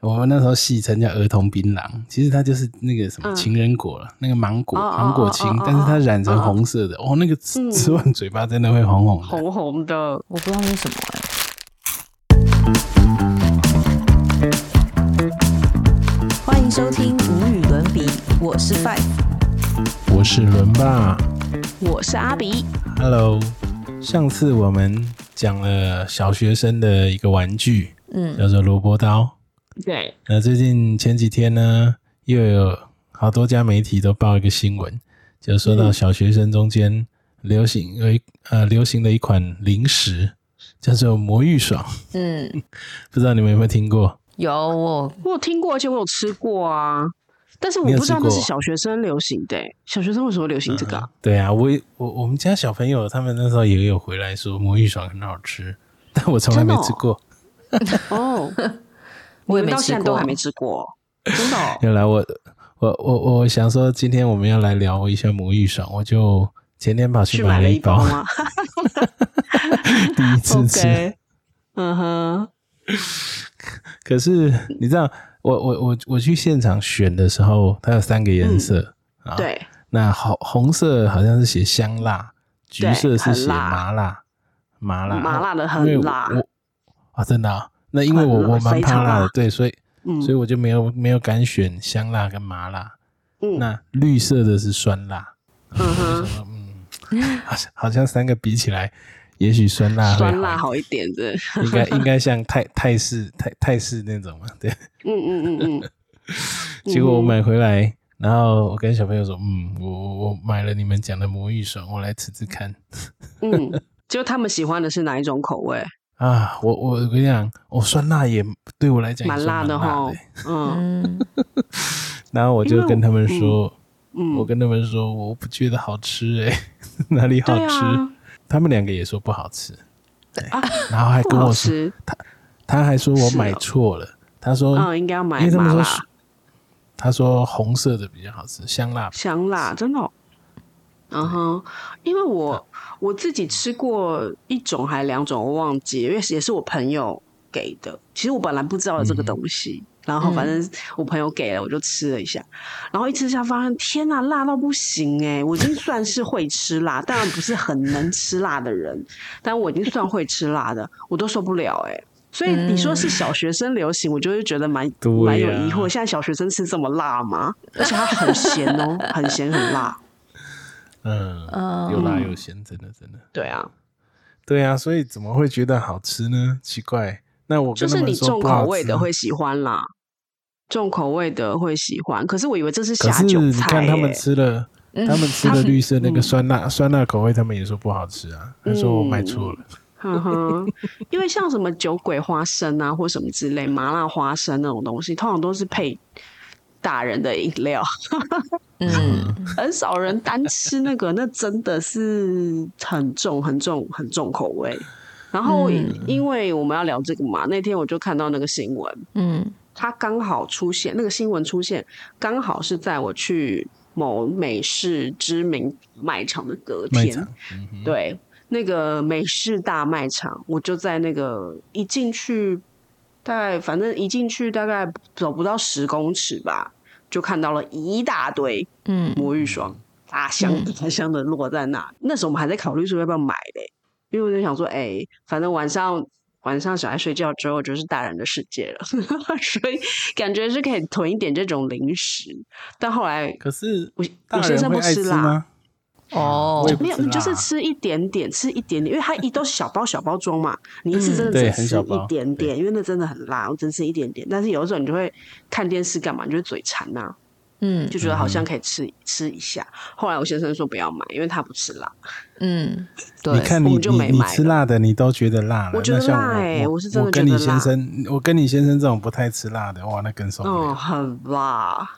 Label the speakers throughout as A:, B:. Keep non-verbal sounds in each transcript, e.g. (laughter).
A: 我们那时候戏称叫儿童槟榔，其实它就是那个什么
B: 嗯
A: 情人果了，那个芒果
B: 哦哦
A: 芒果青
B: 哦哦哦，
A: 但是它染成红色的，哦，那个吃
B: 嗯
A: 吃完嘴巴真的会红红的。
B: 红红的，
C: 我不知道为什么哎、哎欢迎收听无与伦比，我是 Five，
A: 我是伦爸
B: 我是阿比，
A: ，Hello。上次我们讲了小学生的一个玩具，
C: 嗯，
A: 叫做萝卜刀。
B: 对，
A: 那最近前几天呢，又有好多家媒体都报一个新闻，就说到
B: 嗯
A: 小学生中间流行有一呃流行的一款零食，叫做魔芋爽，
C: 嗯，
A: 不知道你们有没有听过？
C: 有啊我
B: 我有听过，而且我有吃过啊，但是我
A: 你有
B: 不知道
A: 吃
B: 那
A: 过
B: 是小学生流行的欸、小学生为什么流行这个啊、
A: 对啊，我也我我们家小朋友他们那时候也有回来说魔芋爽很好吃， (laughs) 但我从来没
B: 真的哦
A: 吃过。嗯
B: 哦，
C: 我也
B: 你们
C: 没
B: 到
C: 吃
B: 现在都
C: 过
B: 还，没吃
A: (laughs)
B: 过，真的哦、
A: 原来我我我我想说今天我们要来聊一下魔芋爽，我就前天跑
B: 去
A: 去
B: 买
A: 买
B: 了
A: 了
B: 一
A: 一
B: 包
A: 包，
B: 吗
A: (laughs) 第一次吃。
B: ？OK，嗯哼，
A: 可是你知道，我我我我去现场选的时候，它有三个颜色、啊。，
B: 嗯对，
A: 那红红色好像是写香辣，橘色是写
B: 很辣
A: 麻辣，麻辣
B: 麻辣的
A: 因为
B: 很
A: 我
B: 辣，
A: 我啊，真的、啊。那因为我
B: 很辣
A: 我蛮
B: 非
A: 怕
B: 常
A: 辣的，
B: 辣
A: 对，所以
B: 嗯
A: 所以我就没有没有敢选香辣跟麻辣。
B: 嗯
A: 那绿色的是酸辣，
B: 嗯哼，
A: 嗯，好像好像三个比起来，也许酸辣会
B: 酸辣
A: 好
B: 好一点的，
A: 一点，应该应该像泰泰式泰泰式那种嘛，对。
B: 嗯嗯嗯嗯，
A: 结果我
B: 嗯哼
A: 买回来，然后我跟小朋友说，嗯，我我我买了你们讲的魔芋爽，我来吃吃看 (laughs)
B: 嗯，就他们喜欢的是哪一种口味？
A: 啊！我我我跟你讲，我、酸辣也对我来讲也
B: 蛮
A: 算
B: 辣
A: 蛮
B: 的
A: 的
B: 哈
A: 欸，
B: 嗯
C: 嗯，
A: 然后我
B: 因
A: 就
B: 为我
A: 跟他们说，
B: 嗯，
A: 我跟他们说，我不觉得好吃哎、 (laughs) 哪里好
B: 对
A: 吃？
B: 啊，
A: 他们两个也说不好吃，对，
B: 啊
A: 然后还
B: 不
A: 跟
B: 好
A: 我说，
B: 吃，
A: 他还说我
B: 是
A: 买
B: 哦
A: 错了，他说，
B: 嗯，应该要
A: 因
B: 买
A: 为他
B: 麻
A: 们说
B: 辣
A: 是，他说红色的比较好吃，香辣
B: 香辣，真的哦、嗯哼，因为我我自己吃过一种还两种，我忘记，因为也是我朋友给的。其实我本来不知道有这个东西，然后反正我朋友给了，我就吃了一下，然后一吃下发现，天呐，辣到不行哎、我已经算是会吃辣， (laughs) 当然不是很能吃辣的人，但我已经算会吃辣的，我都受不了哎、所以你说是小学生流行，我就会觉得蛮
A: 对
B: 蛮、有
A: 呀
B: 疑惑。现在小学生吃这么辣吗？而且它很咸哦，很咸很辣。
A: 嗯，有辣有咸，真的真的。
B: (laughs) 对啊，
A: 对啊，所以怎么会觉得好吃呢？奇怪。那我
B: 就
A: 跟他
B: 是你
A: 们说
B: 重
A: 不好
B: 口
A: 吃
B: 味的会喜欢啦，重口味的会喜欢。可是我以为这是
A: 可
B: 下
A: 是
B: 酒
A: 你
B: 菜、
A: 看
B: 欸，
A: 他们吃了，他们吃了绿色那个
B: 嗯
A: 酸辣、酸辣口味，他们也说不好吃啊，他说我买错了。
B: 哼哼，因为像什么酒鬼花生啊，或什么之类麻辣花生那种东西，通常都是配大人的饮料，
C: 嗯，
B: 很少人单吃那个，那真的是很重、很重、很重口味。然后
C: 嗯
B: 因为我们要聊这个嘛，那天我就看到那个新闻，
C: 嗯，
B: 它刚好出现那个新闻出现，刚好是在我去某美式知名卖场的隔
A: 卖
B: 天
A: 场，，嗯哼，
B: 对，那个美式大卖场，我就在那个一进去，大概反正一进去大概走不到十公尺吧，就看到了一大堆
C: 嗯，
B: 魔芋爽，大箱
C: 嗯
B: 大箱的落在那。那时候我们还在考虑说要不要买嘞、因为我就想说，哎、反正晚上晚上小孩睡觉之后就是大人的世界了， (laughs) 所以感觉是可以囤一点这种零食。但后来
A: 可是
B: 我
A: 大
B: 我先
A: 人
B: 生
A: 会
B: 不
A: 爱
B: 吃
A: 吃
B: 辣。
A: 吗？
C: 哦
A: 我也，不
B: 没有，
A: 吃
B: 你就是
A: 辣
B: 吃一点点，吃一点点，因为它一都是小包小包装嘛，你一次真
A: (laughs) 嗯
B: 的
A: 对
B: 只
A: 很
B: 吃
A: 小
B: 一
A: 包
B: 点点，因为那真的很辣，我只吃一点点。但是有的时候你就会看电视干嘛，你就会嘴馋呐、
C: 嗯
B: 就觉得好像可以吃、吃一下。后来我先生说不要买，因为他不吃辣，
C: 嗯，
A: 你
C: 对，
A: 看
B: 我
A: 你
B: 们就
A: 你
B: 没
A: 你
B: 买
A: 吃
B: 了
A: 辣的，你都觉得辣了。
B: 我觉得
A: 那像
B: 辣欸
A: 我
B: 我是真的
A: 跟
B: 觉
A: 你
B: 得辣
A: 先生，我跟你先生这种不太吃辣的，哇，那更受不
B: 嗯，
A: 了。
B: 很辣，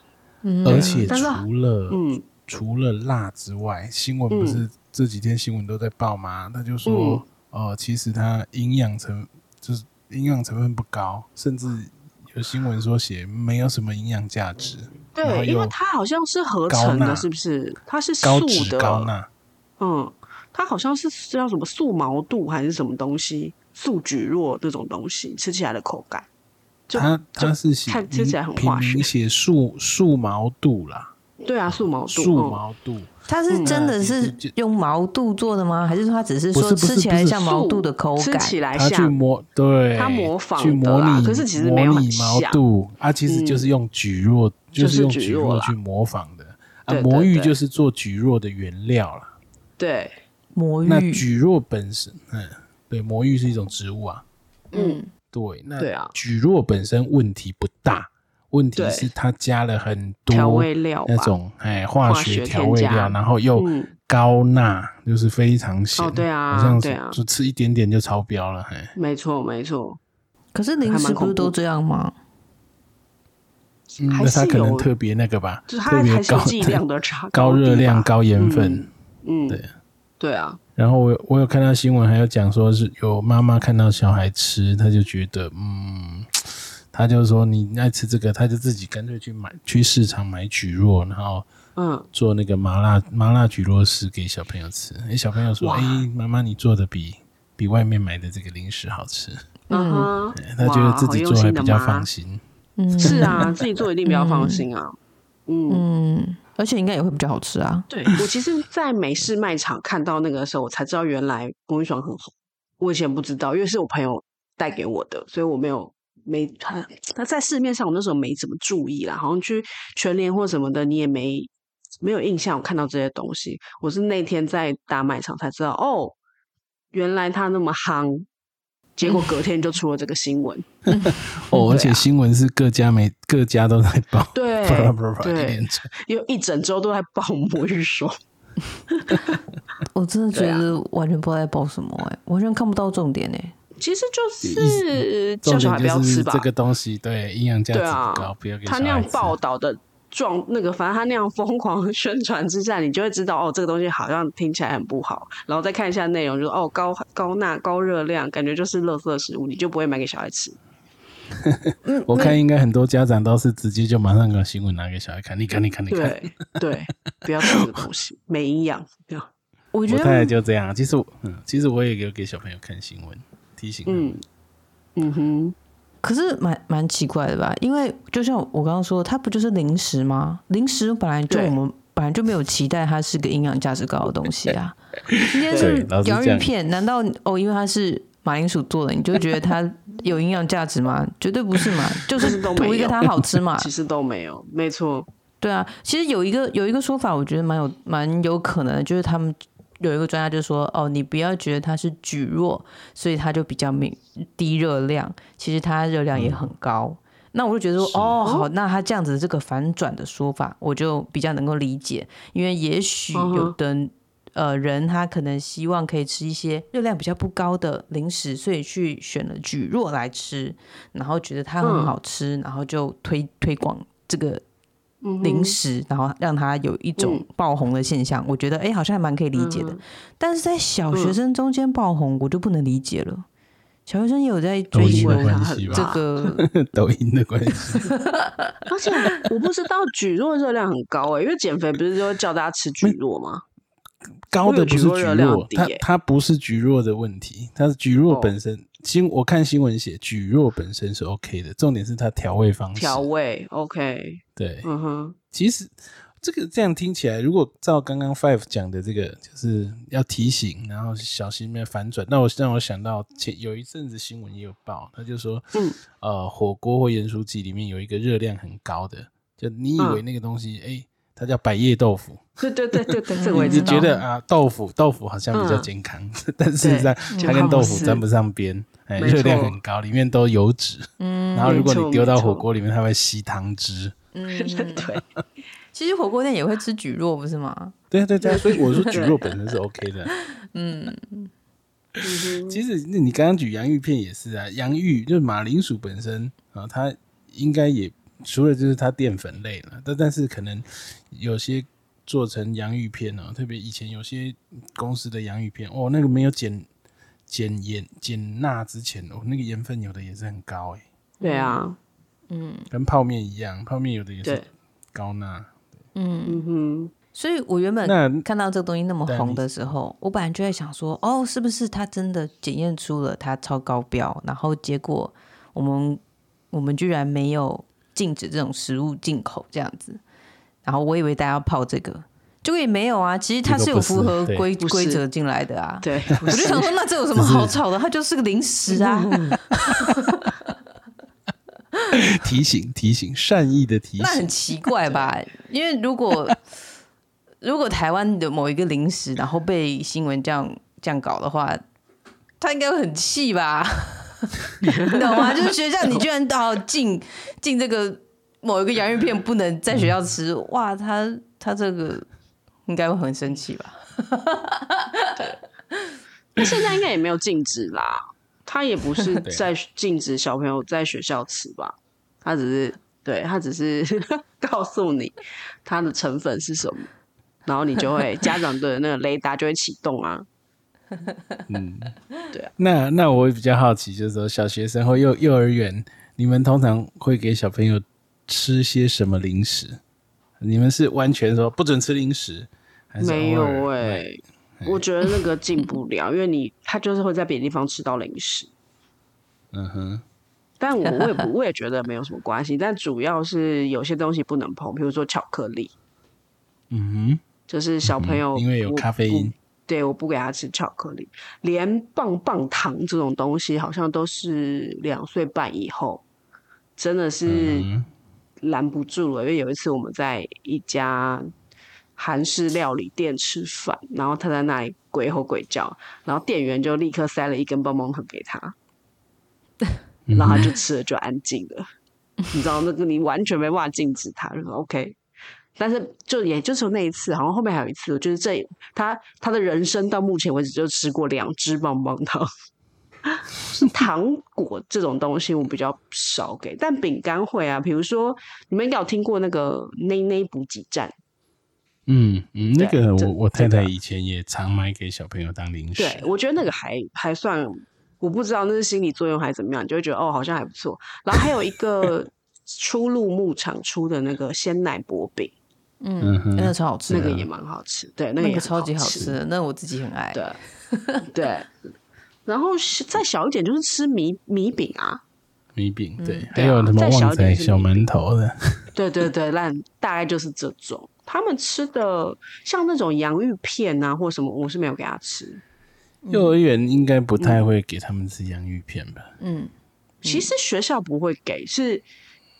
C: 嗯
A: 而且
B: 但是
A: 除了
B: 嗯
A: 除了辣之外，新闻不是这几天新闻都在报吗？他就说，
B: 嗯
A: 呃，其实它营养成就是营养成分不高，甚至有新闻说写没有什么营养价值，然后
B: 对，因
A: 又
B: 为它好像是合
A: 高
B: 成的，
A: 钠
B: 是不是？它是
A: 高
B: 素
A: 脂
B: 的，
A: 高钠，
B: 嗯，它好像是叫什么素毛肚还是什么东西，素蒟蒻这种东西，吃起来的口感。就
A: 它它是写
B: 看吃起来很
A: 品
B: 化学
A: 名写素素毛肚啦，
B: 对啊，素毛肚，
A: 素
B: 嗯
A: 毛肚，
C: 它是真的是
A: 嗯
C: 用毛肚做的吗？还是说它只是
A: 不
C: 说
A: 是不是
C: 吃起来
A: 不是
C: 像毛肚的口
B: 吃
C: 感？
B: 起来
A: 它去
B: 像
A: 模对，
B: 它模仿
A: 去
B: 的
A: 模
B: 啦
A: 拟，
B: 可是其实没有
A: 模
B: 很
A: 拟毛
B: 像嗯
A: 肚啊，其实就是用蒟蒻，
B: 就是
A: 用
B: 是
A: 蒟
B: 蒟蒻
A: 蒻
B: 啦
A: 去模仿的啊
B: 对，对
A: 魔芋
B: 对
A: 就是做蒟蒻的原料啦。
B: 对，嗯
C: 魔
A: 那
C: 芋，
A: 蒟蒻本身，嗯，对，魔芋是一种植物啊，
C: 嗯，
A: 对，那
B: 对啊
A: 蒟蒻本身问题不大，问题
B: 对
A: 是它加了很多
B: 调味料
A: 那
B: 吧，
A: 种哎化
B: 化
A: 学
B: 学
A: 调
B: 添
A: 味
B: 加
A: 料，然后又
B: 嗯
A: 高钠，就是非常咸。
B: 哦对啊
A: 好像
B: 对
A: 是
B: 啊
A: 就吃一点点就超标了。嘿，
B: 没错没错，
C: 可是零
B: 还
C: 食
B: 蛮
C: 不
B: 恐
C: 是
B: 怖
C: 都这样吗？
A: 嗯
B: 还
A: 那它
B: 是
A: 可能
B: 有，
A: 特别那个吧，
B: 就是
A: 特
B: 它
A: 别
B: 还是有
A: 高
B: 剂量的差，
A: (laughs) 高热
B: 低
A: 量、
B: 吧，
A: 高盐分。
B: 嗯，
A: 对
B: 对啊，
A: 然后我有我有看到新闻，还有讲说是有妈妈看到小孩吃，她就觉得嗯，她就说你爱吃这个，她就自己干脆去买去市场买蒟蒻，然后
B: 嗯，
A: 做那个麻辣麻辣蒟蒻丝给小朋友吃。哎，小朋友说，
B: 哇
A: 哎，妈妈你做的比比外面买的这个零食好吃，
B: 嗯哼，
A: 她觉得
B: 哇
A: 自
B: 好
A: 己
B: 用
A: 做还
B: 心的
A: 比较
B: 妈
A: 放心。
C: 嗯
B: 是啊， (laughs) 自己做一定比较放心啊，嗯
C: 嗯，而且应该也会比较好吃啊。
B: 对我其实，在美式卖场看到那个的时候，我才知道原来公益爽很红。我以前不知道，因为是我朋友带给我的，所以我没有没他他在市面上，我那时候没怎么注意啦，好像去全联或什么的，你也没没有印象，我看到这些东西。我是那天在大卖场才知道，哦，原来他那么夯。结果隔天就出了这个新闻，
A: 哦，而
B: 对
A: 且
B: 啊
A: 新闻是各家每各家都在报，
B: 对
A: (laughs) 啪啦啪啦啪啦
B: 对
A: 一连串。
B: 有一整周都在爆魔芋爽。
C: (laughs) 我真的觉
B: 对啊
C: 得完全不知道在报什么、哎，完全看不到重点、哎，
B: 其实就
A: 思
B: 是叫
A: 重
B: 小
A: 点
B: 孩不要
A: 就
B: 吃
A: 是
B: 吧，
A: 这个东西对营养价值
B: 对啊
A: 不高，不要给小
B: 他
A: 孩
B: 那样
A: 吃
B: 报道的状，那个反正他那样疯狂宣传之下，你就会知道哦，这个东西好像听起来很不好，然后再看一下内容，就说哦高高钠、高热量，感觉就是垃圾食物，你就不会买给小孩吃。
A: 我看应该很多家长都是直接就马上把新闻拿给小孩看，你看，你看，你看。
B: 对对，不要吃这个东西，没营养。这样
C: 我觉
A: 我太太
C: 得
A: 就这样。其实我，嗯，其实我也有给小朋友看新闻，提醒他们。
B: 嗯嗯哼，
C: 可是蛮蛮奇怪的吧，因为就像我刚刚说，它不就是零食吗？零食本来就
B: 对
C: 我们本来就没有期待它是个营养价值高的东
B: (laughs)
C: 西啊。今天是
A: 对老师
C: 洋
A: 这
C: 芋
A: 样
C: 片，难道哦，因为它是马铃薯做的，你就觉得它有营养价值吗？绝对不是嘛，就是
B: 是 (laughs) 都没
C: 图一个
B: 有
C: 它好
B: (laughs)
C: 吃嘛。
B: 其实都没有，没错，
C: 对啊，其实有一个有一个说法，我觉得蛮有蛮有可能的，就是他们有一个专家就说，哦，你不要觉得它是蒟蒻，所以它就比较没低热量，其实它热量也很高。那我就觉得说，哦，好，那他这样子这个反转的说法，我就比较能够理解，因为也许
B: 嗯哼
C: 有的、呃人他可能希望可以吃一些热量比较不高的零食，所以去选了蒟蒻来吃，然后觉得它很
B: 嗯
C: 好吃，然后就推推广这个
B: 嗯哼
C: 零食，然后让它有一种
B: 嗯
C: 爆红的现象，我觉得哎、诶好像还蛮可以理解的。但是在小
B: 嗯
C: 学生中间爆红，我就不能理解了。小学生也有在
A: 抖
C: 追
A: 音
C: 求
A: 的关系
C: 这
A: 吧，
B: (laughs)
C: 个，
A: 抖音的关系。
B: 而且啊我不知道蒟蒻热量很高欸诶、因为减肥不是就叫大家吃蒟蒻吗？
A: 高的不是
B: 我以为蒟蒻热
A: 蒟
B: 量
A: 蒻，
B: 低
A: 它
B: 耶
A: 它不是蒟蒻的问题，它是蒟蒻
B: 哦
A: 本身。新我看新闻写蒟蒻本身是 OK 的，重点是它调味方式。
B: 调味，OK，
A: 对，
B: 嗯哼，
A: 其实这个这样听起来，如果照刚刚 Five 讲的这个，就是要提醒，然后小心面反转。那我让我想到前有一阵子新闻也有报，他就说，
B: 嗯，
A: 呃，火锅或盐酥鸡里面有一个热量很高的，就你
B: 嗯
A: 以为那个东西，哎、它叫百叶豆腐，
B: 对对对对对，这
C: 嗯
B: 个我也
A: 你
B: 知
A: 就
B: 道。
A: 觉得啊，豆腐豆腐好像比较
B: 嗯
A: 健康， (laughs) 但事实上
B: 健
A: 它
B: 康
A: 跟豆
B: 不
A: 腐
B: 是
A: 沾不上边，哎，
B: 没错
A: 热量很高，里面都油脂，
C: 嗯
A: 然后如果
B: 没
A: 你
B: 错
A: 丢到
B: 没
A: 火
B: 错
A: 锅里面，它会吸汤汁，
C: 嗯，
B: (laughs) 对，
C: 其实火锅店也会吃蒟蒻，不是吗？
A: 对啊对啊
B: (laughs)
A: 对啊，所以我说蒟蒻本身是 OK 的。嗯，其实那你刚刚举洋芋片也是啊，洋芋就是马铃薯本身啊，它应该也除了就是它淀粉类了，但但是可能有些做成洋芋片啊，特别以前有些公司的洋芋片哦，那个没有减减盐减钠之前哦，那个盐分有的也是很高哎、
B: 对啊，
C: 嗯
A: 跟泡面一样，泡面有的也是
B: 对，
A: 高钠。
B: 嗯哼，
C: 所以我原本
A: 那
C: 看到这个东西那么
A: 对啊
C: 红
A: 你
C: 的时候，我本来就在想说，哦，是不是它真的检验出了它超高标，然后结果我们我们居然没有禁止这种食物进口这样子。然后我以为大家要泡这个，结果也没有啊。其实它
D: 这个
C: 是有
D: 不是
C: 符合
D: 对
C: 规
B: 不是
C: 规则进来的啊。
A: (laughs)
B: 对，
C: 我就想说，那这有什么好吵的？它就是个零食啊。
A: 提醒提醒，善意的提
C: 那很
A: 醒，
C: 奇怪吧？因为如果如果台湾的某一个零食，然后被新闻这样这样搞的话，他应该会很气吧？你懂吗？就是学校你居然到进进这个某一个洋芋片不能在学校吃，哇，他他这个应该会很生气吧？
B: 那现在应该也没有禁止啦，他也
A: (laughs)
B: 不是
A: 啊
D: 对
B: 在禁止小朋友在学校吃吧，他只是对他只是 (laughs) 告诉你它的成分是什么，然后你就会家长的那个雷达就会启动啊。
A: 那那我比较好奇，就是说小学生或幼幼儿园，你们通常会给小朋友吃些什么零食？你们是完全说不准吃零食，还是
B: 没有
A: 偶
B: 哎、
A: 尔买
B: 我觉得那个进不了，因为你他就是会在别的地方吃到零食。
A: 嗯哼，
B: 但我我
A: (laughs)
B: 也不我也觉得没有什么关系，但主要是有些东西不能碰，比如说巧克力，
A: 嗯
B: 就是小朋友
A: 哼，因为有
B: 不
A: 咖啡因，
B: 对，我不给他吃巧克力，连棒棒糖这种东西，好像都是两岁半以后，真的是
A: 嗯
B: 拦不住了。因为有一次我们在一家韩式料理店吃饭，然后他在那里鬼吼鬼叫，然后店员就立刻塞了一根棒棒糖给他，
A: 嗯哼，
B: 然后他就吃了就安静了。你知道那个你完全没办法禁止他，就说 OK。但是就也就只有那一次，好像后面还有一次，就是这他他的人生到目前为止就吃过两只棒棒糖。 (laughs) 是糖果这种东西我比较少给，但饼干会啊，比如说你们应该有听过那个内内补给站，
A: 嗯嗯，那
B: 对
A: 个
B: 这
A: 我我太
B: 这
A: 太
B: 个
A: 以前也常买给小朋友当零食，
B: 对，我觉得那个还还算，我不知道那是心理作用还是怎么样，你就会觉得哦，好像还不错。然后还有一个 (laughs) 初露牧场出的那个鲜奶薄饼，
A: 嗯
C: 嗯，
A: 哼
C: 那个超好吃
B: 那
C: 的，
B: 个也蛮好吃，对，那个
C: 那
B: 也
C: 个
B: 很
C: 超级好
B: 好
C: 吃，的，那我自己很爱。
B: 对
C: (laughs)
B: 对。然后是再小一点就是吃米米饼啊，
A: 米饼，对，还
B: 对啊
A: 有什么
B: 再小
A: 旺
B: 一点
A: 仔
B: 是
A: 小
B: 米
A: 馒头的，
B: 对对对，那大概就是这种。他们吃的像那种洋芋片啊，或什么，我是没有给他吃。嗯
A: 幼儿园应该不太会给他们吃洋芋片吧？
C: 嗯，
B: 其实学校不会给，是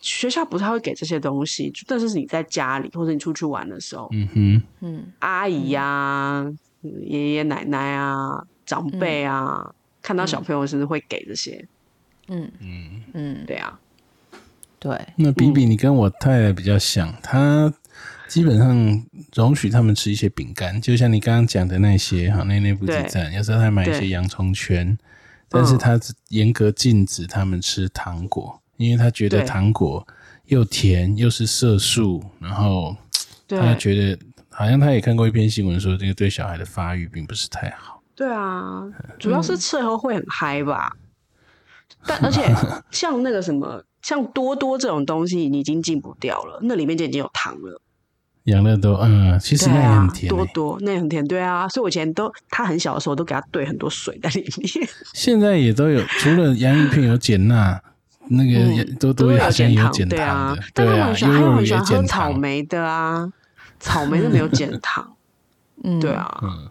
B: 学校不太会给这些东西，但是你在家里或者你出去玩的时候，
A: 嗯哼，
B: 阿姨呀、嗯爷爷奶奶啊、长辈啊，看到小朋友是不是会给这些？
C: 嗯
B: 嗯嗯，对啊，
C: 对，
B: 嗯
A: 那比比，你跟我太太比较像，她基本上容许他们吃一些饼干，就像你刚刚讲的那些哈，那那补给
B: 对
A: 站，有时候她买一些
B: 对
A: 洋葱圈，但是
B: 嗯
A: 她只严格禁止他们吃糖果，因为她觉得
B: 对
A: 糖果又甜又是色素，然后她
B: 对
A: 觉得好像她也看过一篇新闻说，这个对小孩的发育并不是太好。
B: 对啊，主要是吃了以后会很嗨吧。但而且像那个什么，像多多这种东西，你已经禁不掉了，那里面就已经有糖了。
A: 养乐多，嗯，其实
B: 对
A: 那也
B: 啊
A: 很，甜、
B: 多
A: 欸。
B: 多那也很甜，对啊，所以我以前都他很小的时候都给他兑很多水在里
A: (laughs)
B: 面，
A: 现在也都
B: (laughs)
A: 有，除了洋芋片有减钠，那个
B: 嗯
A: 多多好像也有减
B: 对啊
A: 糖的，，
B: 但
A: 对
B: 他
A: 啊
B: 很，喜
A: 优
B: 欢，还有
A: 酪乳
B: 很喜
A: 也
B: 欢喝
A: 减
B: 草
A: 糖，
B: 莓的啊，草莓的没有减糖，
C: 嗯，
B: 对，啊，
A: (laughs) 嗯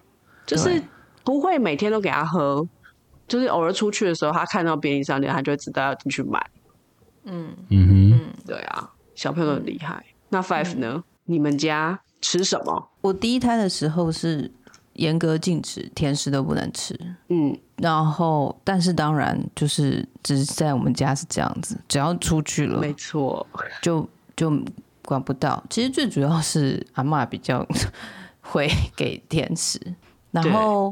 B: 就是不会每天都给他喝，就是偶尔出去的时候，他看到便利商店，他就会知道要进去买，
A: 嗯哼，
B: 对啊，小朋友都很厉害。那 Five 呢？你们家吃什么？
C: 我第一胎的时候是严格禁止甜食都不能吃，
B: 嗯，
C: 然后但是当然就是只是在我们家是这样子，只要出去
A: 嗯
C: 了
B: 没错，
C: 就就管不到。其实最主要是阿嬷比较会给甜食，然后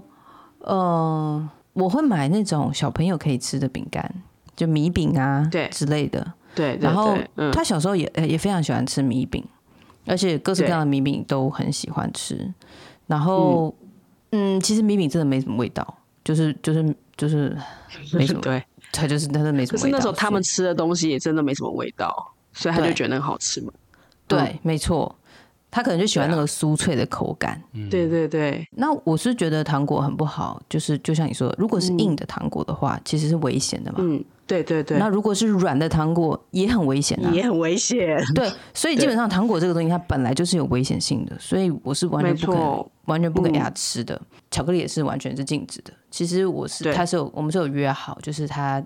C: 呃，我会买那种小朋友可以吃的饼干，就米饼啊
B: 对
C: 之类的。
B: 对对
C: 然后
B: 对，嗯，
C: 他小时候也呃也非常喜欢吃米饼，而且各式各
B: 对
C: 样的米饼都很喜欢吃。然后，嗯，其实米饼真的没什么味道，就是就是就是，没什么
B: (laughs) 对。
C: 它就是它真的没什
B: 可
C: 么味
B: 是
C: 道。
B: 那时候他们
C: 所
B: 吃的东西也真的没什么味道，所以他就
C: 对
B: 觉得很好吃嘛。
C: 以对，没错，他可能就喜欢那
B: 嗯对啊
C: 个酥脆的口感。
B: 嗯，对对对，
C: 那我是觉得糖果很不好，就是就像你说，如果是硬的糖果的话，其实是危险的嘛。
B: 嗯，对对对，
C: 那如果是软的糖果也很危险啊。
B: 也很危险。
C: 对，所以基本上糖果这个东西它本来就是有危险性的，所以我是完全不
B: 没
C: 给
B: 错
C: 完全不给
B: 嗯
C: 他吃的。巧克力也是完全是禁止的。其实我是
B: 对
C: 他是有我们是有约好，就是他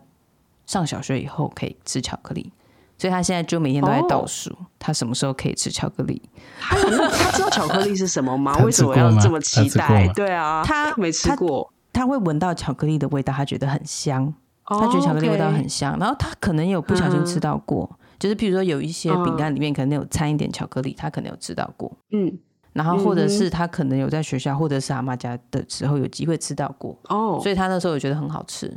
C: 上小学以后可以吃巧克力，所以他现在就每天都在
B: 哦
C: 倒数，他什么时候可以吃巧克力。
B: 他有那他知道巧克力是什么吗？
A: 他
B: 为
A: 吃
B: 什么
A: 过
B: 要
A: 吗
B: 这么期
A: 他吃过
B: 待
A: 吗？
B: 对啊，
C: 他
B: 没吃
C: 他
B: 过，
C: 他会闻到巧克力的味道，他觉得很香，
B: 他哦
C: 他觉得巧克力味道很香。然后他可能有不小心吃到过，
B: 嗯
C: 就是譬如说有一些饼干里面可能有掺一点巧克力，他可能有吃到过。
B: 嗯
C: 然后或者
B: 嗯
C: 是他可能有在学校或者是阿妈家的时候有机会吃到过，
B: 哦，
C: 所以他那时候也觉得很好吃。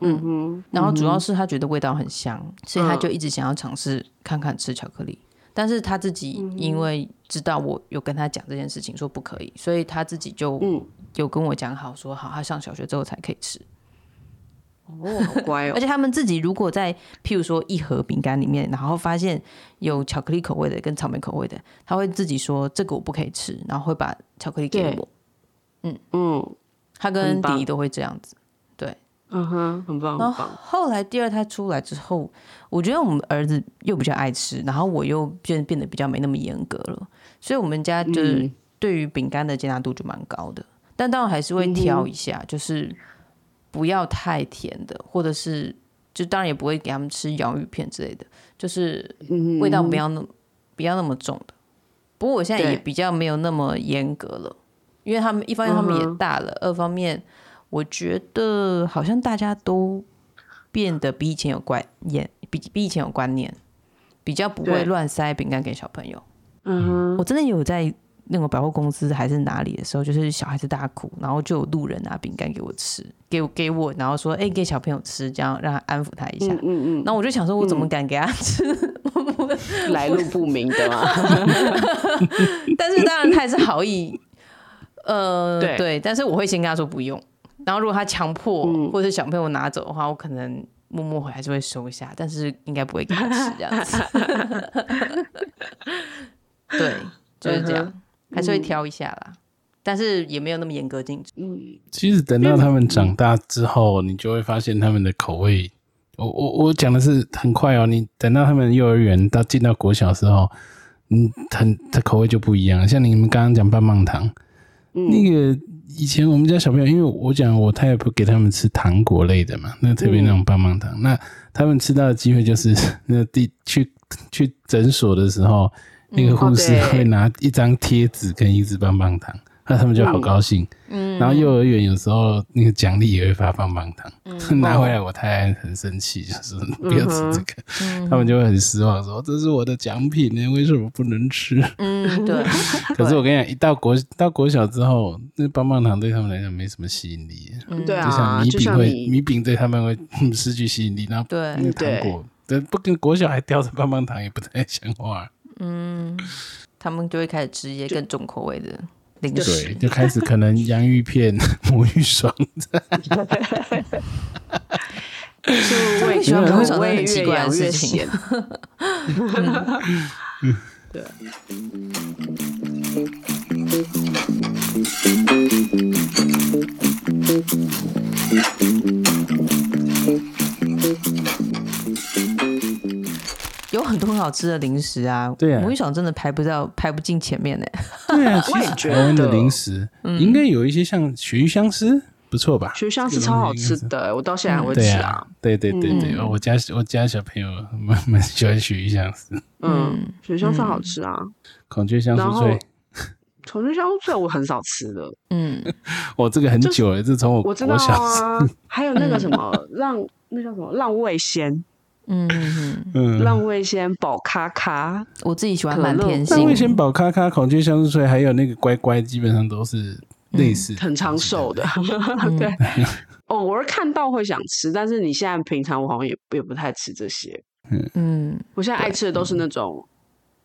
B: 嗯哼，嗯
C: 然后主要是他觉得味道很香，所以他就一直想要尝试看看吃巧克力。但是他自
B: 嗯
C: 己因为知道我有跟他讲这件事情，说不可以，所以他自己就
B: 嗯
C: 有跟我讲好说好，他上小学之后才可以吃。
B: 哦，好乖 (laughs)
C: 而
B: 哦，
C: 且他们自己如果在譬如说一盒饼干里面，然后发现有巧克力口味的跟草莓口味的，他会自己说这个我不可以吃，然后会把巧克力给
B: 对
C: 我。
B: 嗯
C: 他跟
B: 很
C: 弟
B: 棒
C: 弟都会这样子。
B: 嗯哼，很棒
C: 然
B: 很
C: 后
B: 棒，
C: 后来第二胎出来之后，我觉得我们儿子又比较爱吃，然后我又变变得比较没那么严格了，所以我们家就是
B: 嗯
C: 对于饼干的接纳度就蛮高的，但当然还是会挑一下，就是不要太甜的，或者是就当然也不会给他们吃洋芋片之类的，就是
B: 嗯，
C: 味道不要那么不要那么重的。不过我现在也
B: 对
C: 比较没有那么严格了，因为他们一方面他们也大了，
B: 嗯
C: 二方面我觉得好像大家都变得比以前有观念，比比以前有观念，比较不会
B: 对
C: 乱塞饼干给小朋友。
B: 嗯哼，
C: 我真的有在那个百货公司还是哪里的时候，就是小孩子大哭，然后就有路人拿饼干给我吃，给我给我，然后说：“哎、给小朋友吃，这样让他安抚他一下。
B: 嗯嗯
C: 那我就想说，我怎么敢给他吃？
B: 嗯，来路不明的 (laughs) 嘛，
C: 但是当然他也是好意，呃，
B: 对
C: 但是我会先跟他说不用，然后如果他强迫、或者是小朋友拿走的话，我可能默默回还是会收一下，但是应该不会给他吃这样子。对，就是这样，还是会挑一下啦，但是也没有那么严格禁止。
B: 嗯
A: 其实等到他们长大之后，你就会发现他们的口味。我我我讲的是很快哦，你等到他们幼儿园到进到国小的时候，嗯，很它口味就不一样了。像你们刚刚讲棒棒糖，那个以前我们家小朋友，因为我讲我太太不给他们吃糖果类的嘛，那特别那种棒棒糖，那他们吃到的机会就是 (laughs) 那第去去诊所的时候，那个护士
B: 哦对
A: 会拿一张贴纸跟一支棒棒糖，那他们就好高兴。
C: 嗯
A: 然后幼儿园有时候那个奖励也会发棒棒糖， (laughs) 拿回来我太太很生气，就是不要吃这个，
C: 嗯
A: 他们就会很失望，说这是我的奖品呢，为什么不能吃？
C: 嗯，对，
A: 可是我跟你讲，一到国到国小之后，那棒棒糖对他们来讲没什么吸引力，
B: 对
A: 就像
B: 啊，
A: 米
B: 就
A: 饼
B: 像
A: 会
B: 你，
A: 米饼对他们会 (laughs) 嗯失去吸引力，然后
C: 对
A: 那个糖果。对，不跟国小还叼着棒棒糖，也不太像话。
C: 他们就会开始吃一些更重口味的零
A: 对，
C: 食。
A: 就开始可能洋芋片、 (laughs) 魔芋爽
B: (laughs) 就味
C: 喜欢
A: 看
C: 到
B: 口味
C: 很奇
B: 越
C: 怪的
B: 养
C: 事
B: 越
C: 情
B: 咸，
C: 有很多很好吃的零食啊，
A: 对啊
C: 魔芋爽真的排不到，排不进前面呢、
A: 对啊，
B: 我
A: 其
B: 也
A: 实
B: 觉
A: 台湾的
B: 得嗯
A: 零食、应该有一些像鲟鱼香丝，不错吧？
B: 学校是超好吃的，我到现在还会
A: 对
B: 吃
A: 啊
B: 啊，，
A: 对对对对，我家我家小朋友蛮蛮喜欢鲟鱼香丝，
B: 嗯，学校是好吃啊，
A: 孔雀香
B: 然
A: 酥
B: 后
A: 脆，
B: 重庆香酥脆我很少吃的，
C: 嗯，
A: 我这个很久了，自从我
B: 我知道
A: 我小时
B: 啊， (laughs) 还有那个什
A: (laughs)
B: 么浪，那叫什么浪味仙，
C: 嗯嗯，嗯，
A: 嗯，
B: 浪味仙宝咖咖，
C: 我自己喜欢
B: 可乐
C: 满天
A: 但
C: 星
A: 味，仙宝咖咖、孔雀香酥脆，还有那个乖乖，基本上都是类似的
B: 嗯很长寿的，
A: 嗯
B: (laughs) 对。偶尔看到会想吃，但是你现在平常我好像也也不太吃这些。
C: 嗯，
B: 我现在爱吃的都是那种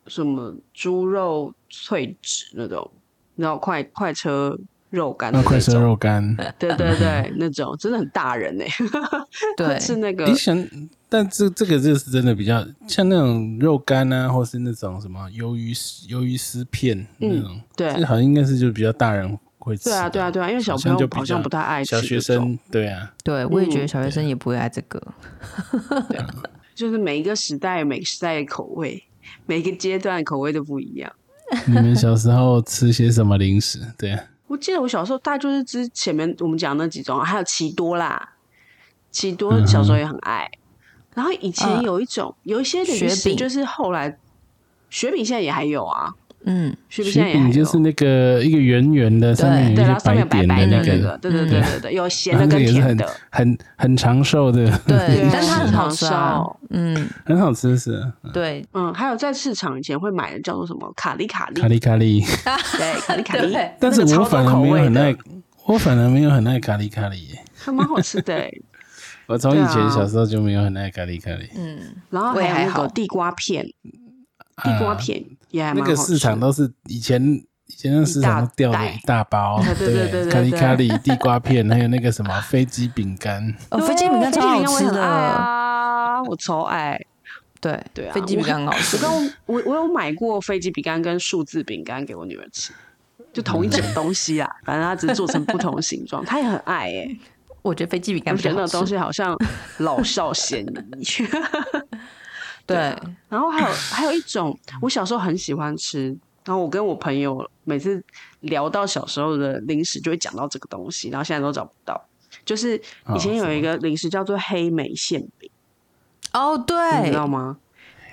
B: 什么猪肉脆纸那种，然后快快车肉干的
A: 那啊快
B: 那
A: 生
B: 种，
A: 肉干，
B: 对
A: (laughs)
B: 对对，那种真的很大人 (laughs) 哎、
C: 对，
B: 吃那个
A: 你想，但这这个就是真的比较像那种肉干啊，或是那种什么鱿鱼鱿鱼丝片那种，
B: 对
A: 这好像应该是就比较大人会吃
B: 对
A: 的。
B: 啊，对啊，对啊，因为小
A: 像
B: 朋
A: 就
B: 友
A: 比
B: 好像
A: 较
B: 不太爱吃
A: 小学
B: 这种
A: 生对 (laughs) 啊，
C: 对，我也觉
B: 嗯
C: 得小学生也不会爱这个。
B: 就是每一个时代有每个时代的口味，每个阶段口味都不一样。
A: 你们小时候吃些什么零食？对啊，
B: 我记得我小时候大概就是之前面我们讲那几种，还有奇多啦，奇
A: 嗯
B: 多小时候也很爱。然后以前
A: 啊
C: 嗯
B: 有一种、有一些零
C: 雪
B: 食，
C: 饼
B: 就是后来雪饼现在也还有啊，
C: 嗯，
B: 雪饼现
A: 雪
B: 在也还
A: 饼
B: 有。
A: 就是那个一个圆圆的，上面有
B: 对，
A: 一
B: 然后上面
A: 些
B: 有白白
A: 点
B: 的
A: 的
B: 那
A: 个，
B: 对对对对对，有咸
A: 然后
B: 的
A: 那个也
B: 跟
A: 是
B: 甜
A: 很
B: 的，
A: 很很长寿的，(laughs)
C: 对
B: 对，
C: 但它很好吃啊
B: 很好。
C: 嗯，
A: 很好吃是
C: 对，
B: 嗯，还有在市场以前会买的叫做什么卡利卡利
A: 咖，喱咖喱，
B: 对，卡利卡利
C: 对，
A: 但是
B: 那个
A: 我
B: 超
A: 反
B: 多
A: 而
B: 口
A: 没有
B: 味
A: 很爱
B: 的，，
A: 我反而没有很爱咖喱咖喱耶。
B: 还蛮好吃的
A: (laughs)
B: 欸。
A: 我从以前
B: 对啊
A: 小时候就没有很爱咖喱咖喱，
C: 嗯，
B: 然后
C: 我也
B: 还有那
C: 还
B: 个
C: 好
B: 地瓜片，地
A: 啊
B: 瓜片也还
A: 那
B: 蛮
A: 个
B: 好
A: 市
B: 吃
A: 场
B: 的
A: 都是以前以前那市场都掉了一大包，
B: 袋 (laughs) 对对对对
A: 咖喱
B: 对
A: 咖喱、地瓜片，还有那个什么飞机饼 (laughs) 干，
C: 哦，
B: 对啊
C: 飞机饼干超好
B: 我
C: 吃
B: 很
C: 的，
B: 爱啊，我超爱。
C: 对
B: 对啊
C: 飞机饼干很好
B: 我 (laughs)
C: 吃。
B: 刚我我有买过飞机饼干跟数字饼干给我女儿吃，就同一种东西啊，反正她只是做成不同形状，她也很爱哎、
C: 我觉得飞机饼干
B: 感
C: 比
B: 觉
C: 较
B: 得那
C: 好
B: 个东
C: 吃。
B: 西好像老少咸宜。
C: 对，
B: 然
C: (laughs)
B: 后还有还有一种，
C: 嗯
B: 我小时候很喜欢吃。然后我跟我朋友每次聊到小时候的零食，就会讲到这个东西，然后现在都找不到。就是
C: 啊
B: 以前
A: 哦
B: 有一个零食叫做黑莓馅饼，
C: 哦，
B: 你
C: 对
B: 知，道吗？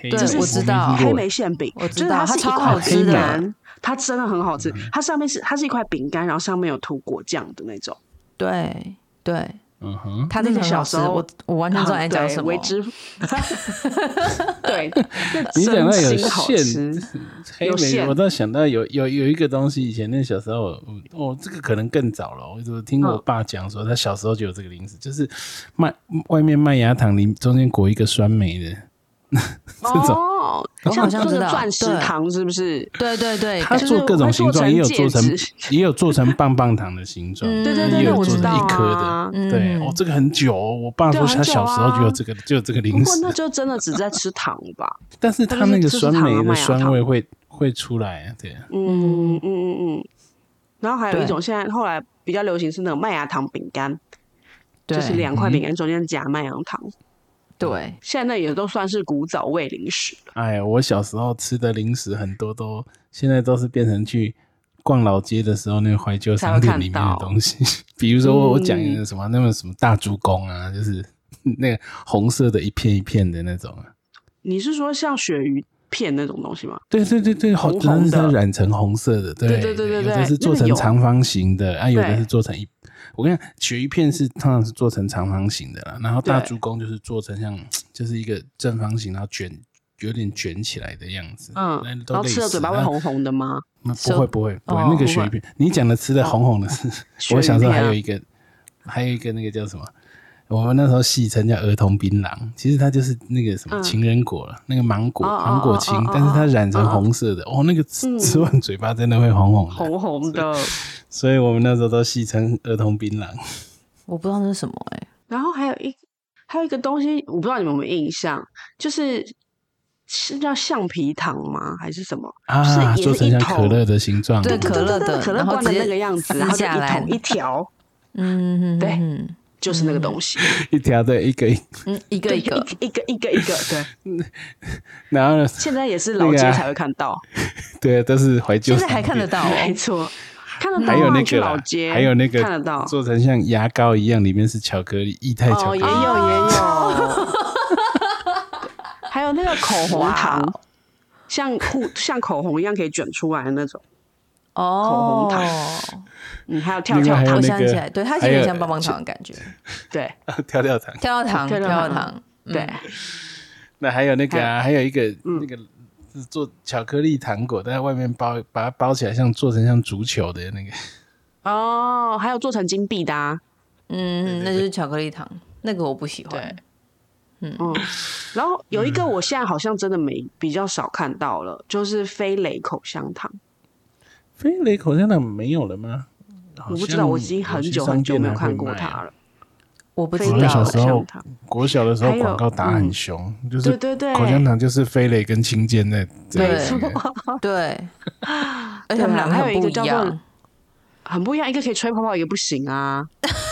A: 对
C: 对
B: 我
C: 知道
B: 黑莓馅饼，
C: 我
B: 就
C: 知
B: 是
C: 道
B: 它是
C: 它
B: 一
C: 超
B: 块
C: 好吃
B: 饼
C: 的嗯
B: 干，它真的很好吃。它上面是它是一块饼干，然后上面有涂果酱的那种。
C: 对，对，
A: 嗯哼，
C: 它真
B: 那
C: 的
B: 个
C: 很
B: 小
C: 好
B: 时
C: 吃。
B: 候
C: 我我完全知道你在讲
B: 对
C: 什么
B: 为。之， (laughs)
C: (laughs)
B: 对，
A: 你讲到有
B: 真心好
A: 馅
B: 吃，
A: 黑
B: 有
A: 莓，
B: 馅
A: 我倒想到有有有一个东西，以前那小时候，我哦，这个可能更早了。我我听
B: 嗯
A: 我爸讲说，他小时候就有这个零食，就是麦外面麦芽糖里中间裹一个酸梅的，这种
B: 哦，
C: 我
B: 像
C: 好像
B: 做
C: 知
B: 个
C: 道
B: 钻石
C: 对
B: 糖是不是？
C: 对对对，
A: 它
B: 就是
A: 做各种
B: 会
A: 形
B: 做
A: 状，
B: 成
A: 也有
B: 戒
A: 做成
B: 指
A: 也有做成棒棒糖的形状，
C: 嗯
B: 对对
A: 也
B: 对对，
A: 有
B: 我
A: 做
B: 知
A: 成
B: 道
A: 一颗的。
B: 啊。
A: 对，
C: 嗯
A: 哦，这个很久哦、我爸
B: 对啊
A: 说
B: 很
A: 他
B: 久
A: 小时候就有这个，就有这个
B: 不
A: 零
B: 过
A: 食
B: 那，就真的只在吃糖吧。
A: 但是他那个酸梅的酸味会会出来，啊对，
B: (laughs) 嗯嗯嗯嗯。然后还有一
C: 对
B: 种，现在后来比较流行是那种麦芽糖饼干，
C: 对嗯
B: 就是两块饼干中间夹麦芽糖。
C: 对，
B: 现在那也都算是古早味零食了。
A: 哎呀，我小时候吃的零食很多都现在都是变成去逛老街的时候那个怀旧商店里面的东西， (laughs) 比如说我我讲一
B: 嗯
A: 个什么那个什么大猪公啊，就是 (laughs) 那个红色的一片一片的那种啊，
B: 你是说像鳕鱼片那种东西吗？
A: 对对对对，好，
B: 红
A: 真的是
B: 的
A: 它染成红色的，对
B: 对对对对
A: 有
B: 对
A: 的是做
B: 那个
A: 成
B: 有
A: 长方形的，啊，有的
B: 对
A: 是做成一，我跟你讲，鳕鱼片是通常是做成长方形的啦，然后大
B: 对
A: 猪公就是做成像就是一个正方形，然后卷有点卷起来的样子，
B: 嗯
A: 那，都
B: 然后
A: 类
B: 吃了
A: 似啊
B: 嘴巴会
A: 但
B: 红红
A: (laughs)
B: 的吗？
A: 那
C: 手
A: 不会不会不会，
C: 哦
A: 那个
C: 不
A: 鳕鱼
C: 会
A: 片，你讲的吃
B: 哦
A: 的红红的是， (laughs)
B: 鳕
A: 我
B: 鱼
A: 小时候还
B: 片啊
A: 有一个，还有一个那个叫什么？我们那时候戏称叫儿童槟榔，其实它就是那个什么
B: 嗯
A: 情人果了，那个芒果
B: 哦哦
A: 芒果青
B: 哦哦，
A: 但是它染成
B: 哦哦
A: 红色的，哦，那个吃
B: 嗯
A: 吃完嘴巴真的会红红的，
B: 红红的。
A: 所以我们那时候都戏称儿童槟
B: (laughs)
A: 榔。
C: 我不知道那是什么哎。
B: 然后还有一还有一个东西，我不知道你们有没有印象，就是是叫橡皮糖吗？还是什么？
A: 啊，
B: 就是也
A: 做
B: 是
A: 成
B: 一
A: 像
B: 桶
A: 可乐的形状，
C: 对
B: 对
C: 可乐
B: 对对对
C: 的
B: 可乐
C: 然后
B: 罐的
C: 直接
B: 那个样子，
C: 撕
B: 然后就
C: 下
B: 一
C: 来
B: 桶一条，
C: 嗯，
B: 对
C: 嗯
B: 就是那个东西，
A: (laughs) 一条对一个，
C: 嗯，一个
B: 对，
C: 一个，
B: 一个一个一个一个，
A: (laughs)
B: 对，
A: 然后呢
B: 现在也是老街
A: 那个啊
B: 才会看
A: (laughs)
B: 到，
A: 对，都是怀旧
C: 现
A: 商店。
C: 在还看得到
B: 没
C: 哦。
B: 错，看得到啊，
A: 还有那
B: 去
A: 个啦
B: 老街，
A: 还有那个
B: 看得到，
A: 做成像牙膏一样，里面是巧克力液态巧克
B: 哦，
A: 力
B: 也有。也有， (laughs) 还有那个口哦红糖，像护像口红一样可以卷出来的那种，
C: 哦
B: 口红，嗯，还有跳
A: 另
B: 跳
A: 外还有
B: 糖
C: 我，
A: 那
C: 想起
A: 个
C: 来，对，它
A: 还
C: 有点
A: 有
C: 像棒棒糖的感觉，
B: 对
A: (laughs) 跳跳糖，
C: 跳跳糖，
B: 跳
C: 跳
B: 跳
C: 跳
B: 糖
C: 糖，嗯
B: 对，
A: 那还有那个
B: 哎
A: 啊，还有一个
B: 嗯
A: 那个是做巧克力糖果，但在外面包把它包起来，像做成像足球的那个，
B: 哦，还有做成金币的、啊，
A: 对对
C: 嗯，那
A: 对
C: 就是巧克力糖，那个我不喜欢。
B: 嗯，然后有一个
A: 嗯
B: 我现在好像真的没比较少看到了，就是飞雷口香糖，
A: 飞雷口香糖没有了吗？
B: 我
A: 我
B: 不知道，我已经很久很久没有看过它。了。
C: 我不
B: 飞
C: 知
A: 我
B: 雷
A: 那小
C: 道
B: 口
A: 时候
B: 香糖，
A: 国小的时候
B: 还有嗯
A: 广告打很凶，就是
B: 对对对，
A: 口香糖就是飞雷跟青箭在在
C: 没
A: 那个
B: (laughs)
C: 对，而且他们两个
B: 啊还有
C: 很
B: 一
C: 不
B: 个
C: 一
B: 叫做
C: 样。
B: 很不一样，一个可以吹泡泡，一个不行啊。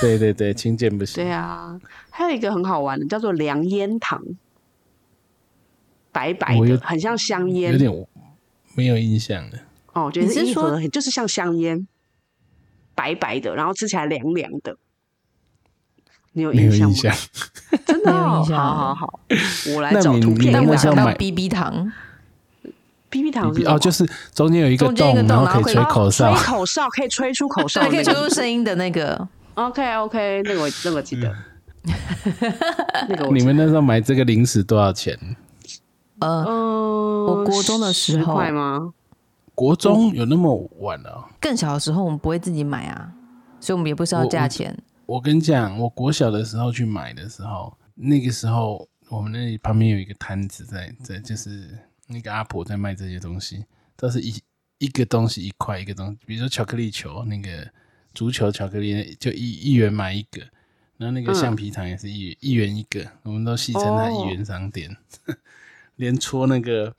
A: 对对对，轻剑不行。
B: 对啊，还有一个很好玩的叫做凉烟糖，白白
A: 我有
B: 的，很像香
A: 有
B: 烟
A: 点没有印象了。
B: 哦，觉得
C: 你是
B: 一盒
C: 说
B: 很就是像香烟，白白的，然后吃起来凉凉的。你有
A: 没有
B: 印象
A: 印
B: 吗？
C: (laughs)
A: 象，
B: 真的、
C: 没有
B: 哦，
C: 印象
B: 好好好，我来
A: 那
B: 找
A: 你
B: 图
A: 你
B: 片
A: 能
C: 但
B: 给
A: 不
C: 我
A: 能
B: 大家
A: 像
C: 想到
A: 买
C: BB 糖，
B: B B 糖是什么
A: 哦，就是中间有一个
C: 中间一个
A: 然
C: 洞
A: 后
C: 然后
A: 可以
C: 可
A: 吹
C: 以
A: 口哨
B: 吹，口哨可以吹出口哨
C: 啊 (laughs) 对，
B: 的
C: 可以
B: 那
C: 吹
B: 个。
C: 出声音的那个。
B: OK OK，那个我那个
A: (laughs)
B: 记得，那个
A: (laughs)
B: 我
A: 你
B: 记得
A: 们那时候买这个零食多少钱？
C: 呃，
B: 嗯，
C: 我国中的时
B: 10
C: 候
B: 块吗？
A: 国中有那么晚啊？
C: 更小的时候我们不会自己买啊，所以我们也不知道
A: 我
C: 价钱。
A: 我跟你讲，我国小的时候去买的时候，那个时候我们那里旁边有一个摊子在在，就是那个阿婆在卖这些东西，都是一一个东西一块一个东西，比如说巧克力球，那个足球巧克力就一一元买一个，然后那个
B: 嗯
A: 橡皮糖也是一元一元一个，我们都戏称它一元商店， (laughs) 连戳那个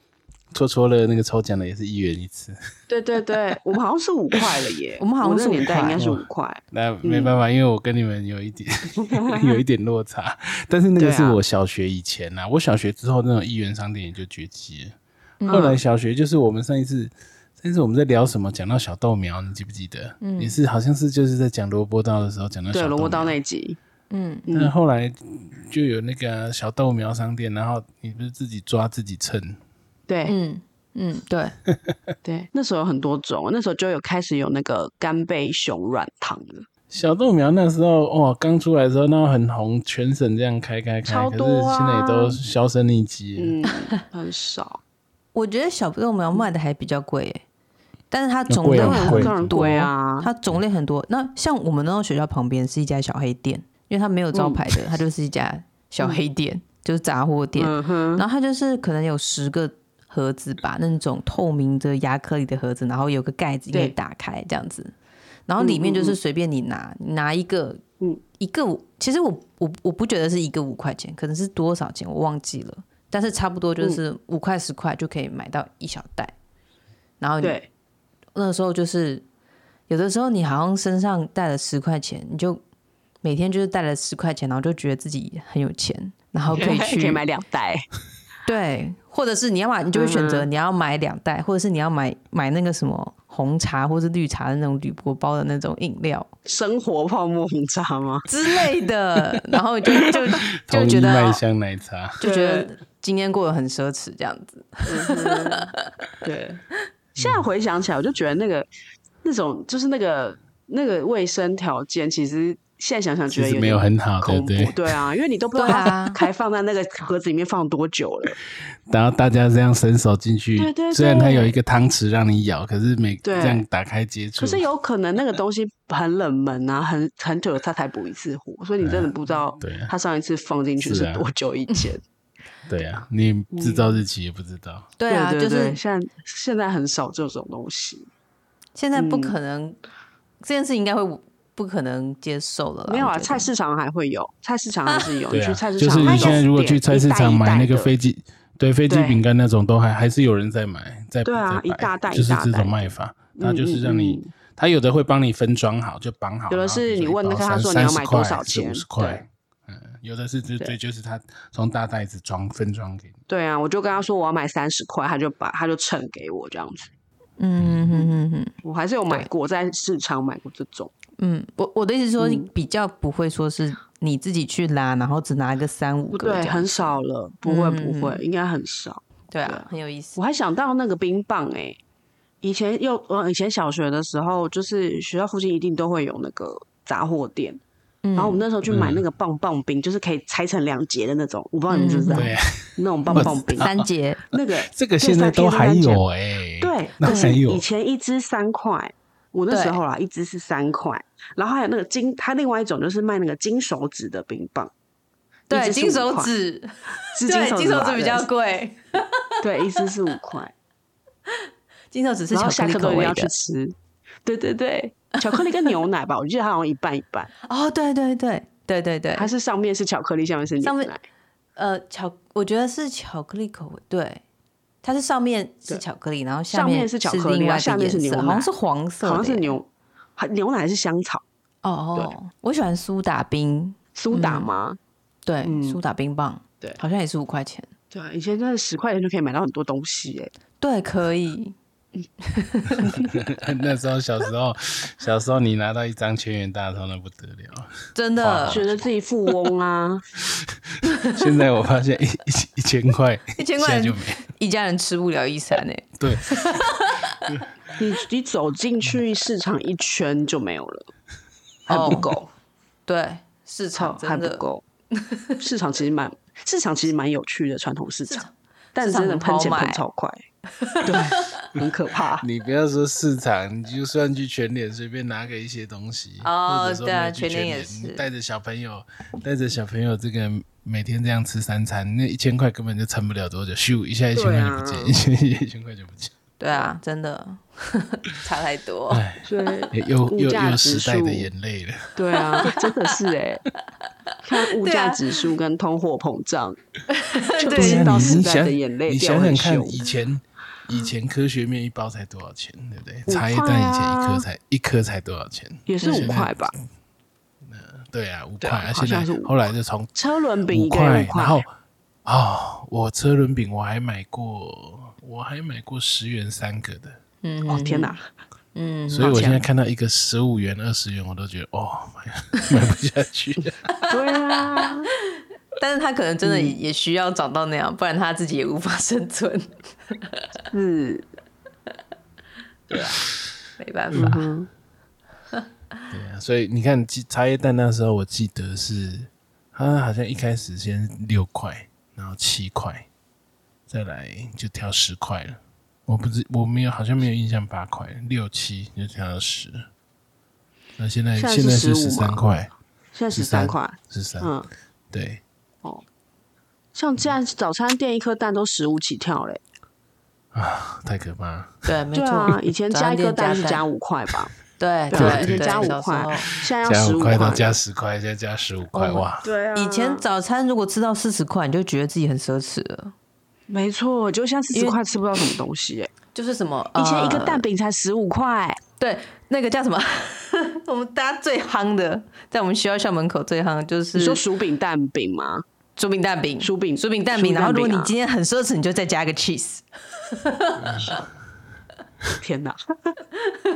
A: 戳戳乐那个抽奖的也是一元一次。
B: 对对对，我们好像是五块了耶，
C: 我们好像
B: 那
C: 是
B: 年
C: 5
B: 代应
C: 块
B: 该是五块。
A: 那没办法，因为我跟你们有一点 (laughs) 有一点落差，但是那个
B: 对啊
A: 是我小学以前呐、我小学之后那种一元商店也就绝迹了。
C: 嗯
A: 后来小学就是我们上一次，上一次我们在聊什么，讲到小豆苗，你记不记得？嗯，也是好像是就是在讲萝卜刀的时候讲到小
B: 对，
A: 豆
B: 萝卜
A: 苗
B: 刀那一集，
C: 嗯，
A: 那后来就有那个小豆苗商店，然后你不是自己抓自己称，
B: 对
C: 嗯嗯，对，
B: 对，那时候有很多种，那时候就有开始有那个干贝熊软糖了，
A: 小豆苗那时候哇，刚出来的时候那很红，全省这样开开开，
B: 超
A: 可
B: 多
A: 是
B: 啊
A: 现在也都销声匿迹了。
C: (laughs)
B: 嗯，很少，
C: 我觉得小朋友们要卖的还比较贵耶，但是它种
A: 贵
C: 类
A: 啊
B: 当然
A: 贵
C: 很
B: 当然
C: 多
B: 贵啊
C: 它种类很多。那像我们那种学校旁边是一家小黑店，因为它没有招牌的，它就是一家小黑店，就是杂货店。
B: 嗯哼，
C: 然后它就是可能有十个盒子吧，那种透明的亚克力的盒子，然后有个盖子你可
B: 对
C: 以打开这样子，然后里面就是随便你拿，你拿一个，
B: 嗯
C: 一个五，其实我我我不觉得是一个五块钱，可能是多少钱我忘记了，但是差不多
B: 嗯
C: 就是五块十块就可以买到一小袋，然哦后你
B: 对，
C: 那时候就是有的时候你好像身上带了十块钱，你就每天就是带了十块钱，然后就觉得自己很有钱，然后可以
B: (laughs)
C: 去
B: 可以买两袋，
C: 对，或者是你要买，你就会选择
B: 嗯
C: 你要买两袋，或者是你要买买那个什么红茶或是绿茶的那种铝箔包的那种饮料
B: 生活泡沫红茶吗？
C: 之类的，然后就就就
A: 统一
C: 觉得
A: 麦
C: 哦
A: 香奶茶，
C: 就觉得今天过得很奢侈这样子。
B: 嗯对，现在回想起来，我就觉得那个那种就是那个那个卫生条件，其实现在想想
A: 其
B: 觉得
A: 实
B: 有
A: 没有很
B: 点
A: 好，对
B: 恐
A: 不
B: 怖，
A: 对？
B: 对啊，因为你都不知道
C: 对啊
B: 它开放在那个盒子里面放多久了，
A: 然后大家这样伸手进去，
B: 对对对
A: 虽然它有一个汤匙让你咬，可是每
B: 对
A: 这样打开接触，
B: 可是有可能那个东西很冷门啊，很很久它才补一次货，所以你真的不知道
A: 对啊
B: 它上一次放进去
A: 是
B: 是
A: 啊
B: 多久以前。
A: 对啊，你制造日期也不知道，
C: (laughs) 对啊，
B: 对对
C: 就是
B: 现在现在很少这种东西，
C: 现在
B: 嗯
C: 不可能、这件事应该会不可能接受了啦。
B: 没有啊，
C: 我觉得
B: 菜市场还会有，菜市场还是
A: (laughs)
B: 有，
A: 对
B: 你去
A: 啊，
B: 菜市
A: 就是
B: 场
A: 你
B: 买
A: 现在如果去菜市场买那个
B: 飞。
A: 飞机，对飞机
B: 对
A: 饼干那种，都还还是有人在买，在
B: 对啊
A: 在摆
B: 一大袋
A: 就是这
B: 一大袋
A: 种卖法，它就是
B: 嗯
A: 让你，它有的会帮你分装好，就绑好，
B: 有的
A: 然后
B: 是
A: 比如
B: 你问
A: 一包
B: 那个他
A: 三
B: 说你要买多少
A: 五
B: 钱
A: 十块
B: 对，
A: 嗯，有的是就
B: 对
A: 对，就是他从大袋子装分装给你。
B: 对啊，我就跟他说我要买三十块，他就把他就称给我这样子。
C: 嗯嗯嗯嗯
B: 我还是有买
C: 对
B: 过，在市场买过这种。
C: 嗯，我我的意思是说，比较不会说是你自己去拉，然后只拿一个三五
B: 不
C: 个这
B: 对，
C: 样，
B: 很少了，不会
C: 嗯
B: 不会，应该很少。对
C: 对啊
B: 啊，
C: 很有意思
B: 我。还想到那个冰棒哎、以前幼呃以前小学的时候，就是学校附近一定都会有那个杂货店，
C: 嗯
B: 然后我们那时候去买那个棒棒冰，就是可以拆成两节的那种，我不知道你知不知道、
A: 对啊，
B: 那种棒棒冰，
C: 嗯三节，
B: 那个
A: 这个现在都还有哎、
B: 对，
A: 那还
B: 是
A: 有
B: 以前一支三块，我那时候啦，一支是三块，然后还有那个金，它另外一种就是卖那个金手指的冰棒，一
C: 对，
B: 支是
C: 金
B: 五
C: 手
B: 块
C: 指，
B: 是
C: 对，金手
B: 吧
C: 指比较贵，
B: 对，一支是五块，
C: 金手指是
B: 然
C: 巧
B: 后
C: 克
B: 下
C: 力
B: 课
C: 口
B: 都一定
C: 味
B: 要去
C: 的。
B: 吃，对对对，巧克力跟牛奶吧，我 (laughs) 记得它好像一半一半，
C: (laughs) 哦，对对对对对 (laughs) 对，
B: 它是上面是巧克力，下面是牛
C: 上面
B: 奶，
C: 呃，巧，我觉得是巧克力口味，对，它是上面是
B: 对
C: 巧克力，然后
B: 上
C: 面
B: 面是巧克力
C: 另
B: 然
C: 外
B: 后
C: 一
B: 下
C: 个
B: 面是
C: 颜色，
B: 牛
C: 好像
B: 奶
C: 是黄色的
B: 好
C: 耶，
B: 像是牛，还牛奶还是香草，
C: 哦哦，我喜欢苏打冰，
B: 苏
C: 嗯
B: 打吗？
C: 对，
B: 嗯
C: 苏打冰棒，
B: 对
C: 好像也是五块钱，
B: 对啊，以前那十块钱就可以买到很多东西哎、
C: 对，可以，
A: (laughs) 那时候小时候，小时候你拿到一张千元大钞，那不得了。
C: 真的
A: 哇，
B: 觉得自己富翁啊，
A: 现在我发现一一一千块，
C: (laughs) 一千块
A: 现在就没了。
C: 一家人吃不了一餐
B: 欸
C: 诶，
A: 对，
B: 你你走进去市场一圈就没有
C: (laughs)
B: 了，还
C: 哦
B: 不够，
C: 对，市场
B: 哦还
C: 啊真
B: 不
C: 的 (laughs)
B: 够。市场其实蛮市场其实蛮有趣的传统市场，但
C: 市场
B: 真的
C: 很欸
B: 喷
C: 好
B: 钱
C: 买
B: 喷超快，
C: (laughs)
B: 对，很可怕。
A: 你不要说市场，你就算去全脸随便拿个一些东西，
C: 哦
A: 或者说
C: 对啊
A: 没有去
C: 全
A: 全
C: 联也
A: 联你
C: 是
A: 带着小朋友，带着小朋友这个每天这样吃三餐，那一千块根本就撑不了多久，咻一下一千块就不见，
B: 对啊
A: 一千一千块就不
C: (laughs)
A: 见，
C: 对啊，真的 (laughs) 差太多。
A: 哎，
C: (laughs)
B: 所以
A: 也又
B: 物
A: 又
B: 价
A: 又
B: 指
A: 时代
B: 数
A: 的眼泪了。
B: 对啊，真的是哎、看物
C: 对啊
B: 价指数跟通货膨胀，
C: (laughs)
B: 就
C: 对
B: 知
A: 啊
B: 道
A: 你
B: 时
A: 你
B: 代
A: 想
B: 的眼泪
A: 你
B: 掉
A: 想想
B: 很
A: 看
B: 凶，。
A: 以前以前科学面一包才多少钱，对不对？
B: 五
A: 茶叶
B: 块
A: 蛋以前一
B: 啊
A: 颗才一颗才多少钱？
B: 也是
A: 现
B: 五
A: 在
B: 块吧，
A: 对啊，五
B: 对
A: 块。
B: 啊
A: 啊
B: 好
A: 现
B: 像
A: 在
B: 是五
A: 后来就从
B: 车轮饼
A: 五
B: 一个人五
A: 然后
B: 块，
A: 啊、我车轮饼我还买过，我还买过十元三个的，
C: 嗯，
B: 哦天哪，
C: 嗯，
A: 所以我
B: 好
A: 现
B: 强
A: 在看到一个十五元、二十元，我都觉得哦，买买 (laughs) 不下去。
C: 嗯
B: 对啊，
C: 但是他可能真的也
B: 嗯
C: 也需要长到那样，不然他自己也无法生存， (laughs)
B: 是，
C: 没办法。
B: 嗯，
A: 对啊，所以你看鸡茶叶蛋那时候，我记得是它好像一开始先六块，然后七块，再来就跳十块了。我不知我没有好像没有印象八块六七就跳到十了，那现在
B: 现在
A: 现在是
B: 是
A: 十
B: 15嘛
A: 三块，
B: 现在十
A: 13
B: 三块，
A: 十三、
B: 嗯，
A: 对。
B: 像现在早餐店一颗蛋都十五起跳嘞，
A: 啊，太可怕了！
C: 对，没
B: 对
C: 错
B: 啊，，以前加一颗蛋是加五块
A: (laughs)
B: 吧，
C: 对
B: 对啊，以前
C: 对对，
B: 加五
C: 小时候
B: 块，现在要
A: 加
B: 十
A: 五
B: 块
A: 块，到加十块，再加十五块，
C: Oh my
A: 哇！
B: 对啊，
C: 以前早餐如果吃到四十块，你就觉得自己很奢侈了，
B: 没错，就像四
C: 因
B: 十
C: 为
B: 块吃不到什么东西欸耶，
C: 就是什么
B: 以前一个
C: 呃
B: 蛋饼才十五块，
C: 对，那个叫什么？ (laughs) 我们大家最夯的，在我们学校校门口最夯的就是
B: 你说薯饼蛋饼吗？ (laughs)
C: 薯饼蛋饼、
B: 薯饼
C: 薯饼蛋
B: 薯饼
C: 饼。然后如果你
B: 蛋饼啊
C: 今天很奢侈，你就再加一个 cheese。
B: 天哪，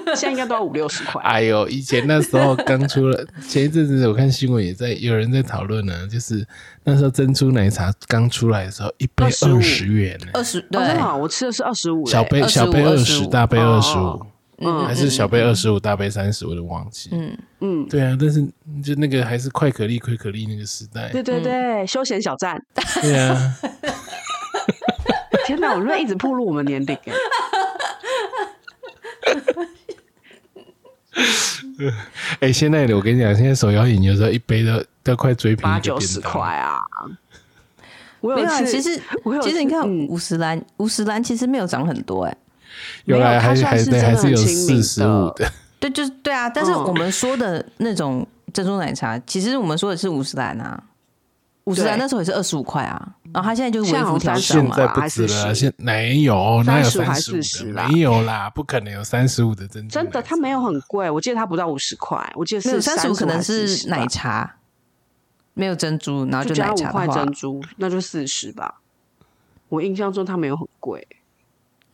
B: 现在应该都要五六十块。
A: 哎呦，以前那时候刚出了，前一阵子我看新闻也在有人在讨论呢，就是那时候珍珠奶茶刚出来的时候，一杯
B: 25
A: 二十元呢、
C: 二十
B: 哦
C: (laughs) 对
B: 真的哦我吃的是二十五，欸
A: 小杯
C: 25
A: 小杯二十，
C: 25
A: 大杯二十五
B: 哦，
A: 嗯，还是小杯二十五，大杯三十，我都忘记。嗯
B: 嗯
A: 对啊，但是就那个还是快可丽、快可丽那个时代，
B: 对
C: 嗯
B: 对对，休闲小站。 (laughs)
A: 对啊，
B: 天哪，我们会一直暴露我们年龄哎。
A: (laughs) 哎，现在的我跟你讲，现在手摇饮有时候一杯都都快追平一个
B: 八九
A: 便
B: 十
A: 当
B: 块，啊。我
C: 没
B: 一
C: 有啊，
B: 次，
C: 其实
B: 我有
C: 其实
B: 次
C: 你看
B: 嗯
C: 五十兰，五十兰其实没有涨很多哎、
A: 有
B: 没有
A: 来
B: 它
A: 还
B: 现在
A: 还
B: 是
A: 对
B: 真的
A: 还是
B: 很
A: 有
B: 亲
A: 四
B: 民
A: 十五
B: 的
A: 的，
C: 对，就是对啊。但是
B: 嗯
C: 我们说的那种珍珠奶茶，其实我们说的是五十兰啊，五十兰
B: 对
C: 那时候也是二十五块啊，然后它现在就是
B: 现在
C: 微幅
B: 好像
C: 调涨
A: 现
C: 嘛
A: 在，不
B: 还
A: 止了啊，
B: 40
A: 现没有哪有
B: 30还
A: 三十
B: 40
A: 五
B: 啦
A: 的？没有啦，不可能有三十五的珍珠奶茶。
B: 真的它没有很贵，我记得它不到五十块，我记得
C: 没有
B: 是
C: 三十
B: 五
C: 五可能是奶
B: 茶，
C: 茶，没有珍珠，然后
B: 就加
C: 奶
B: 五
C: 茶
B: 块
C: 的话
B: 珍，珠，那就四十吧。我印象中它没有很贵，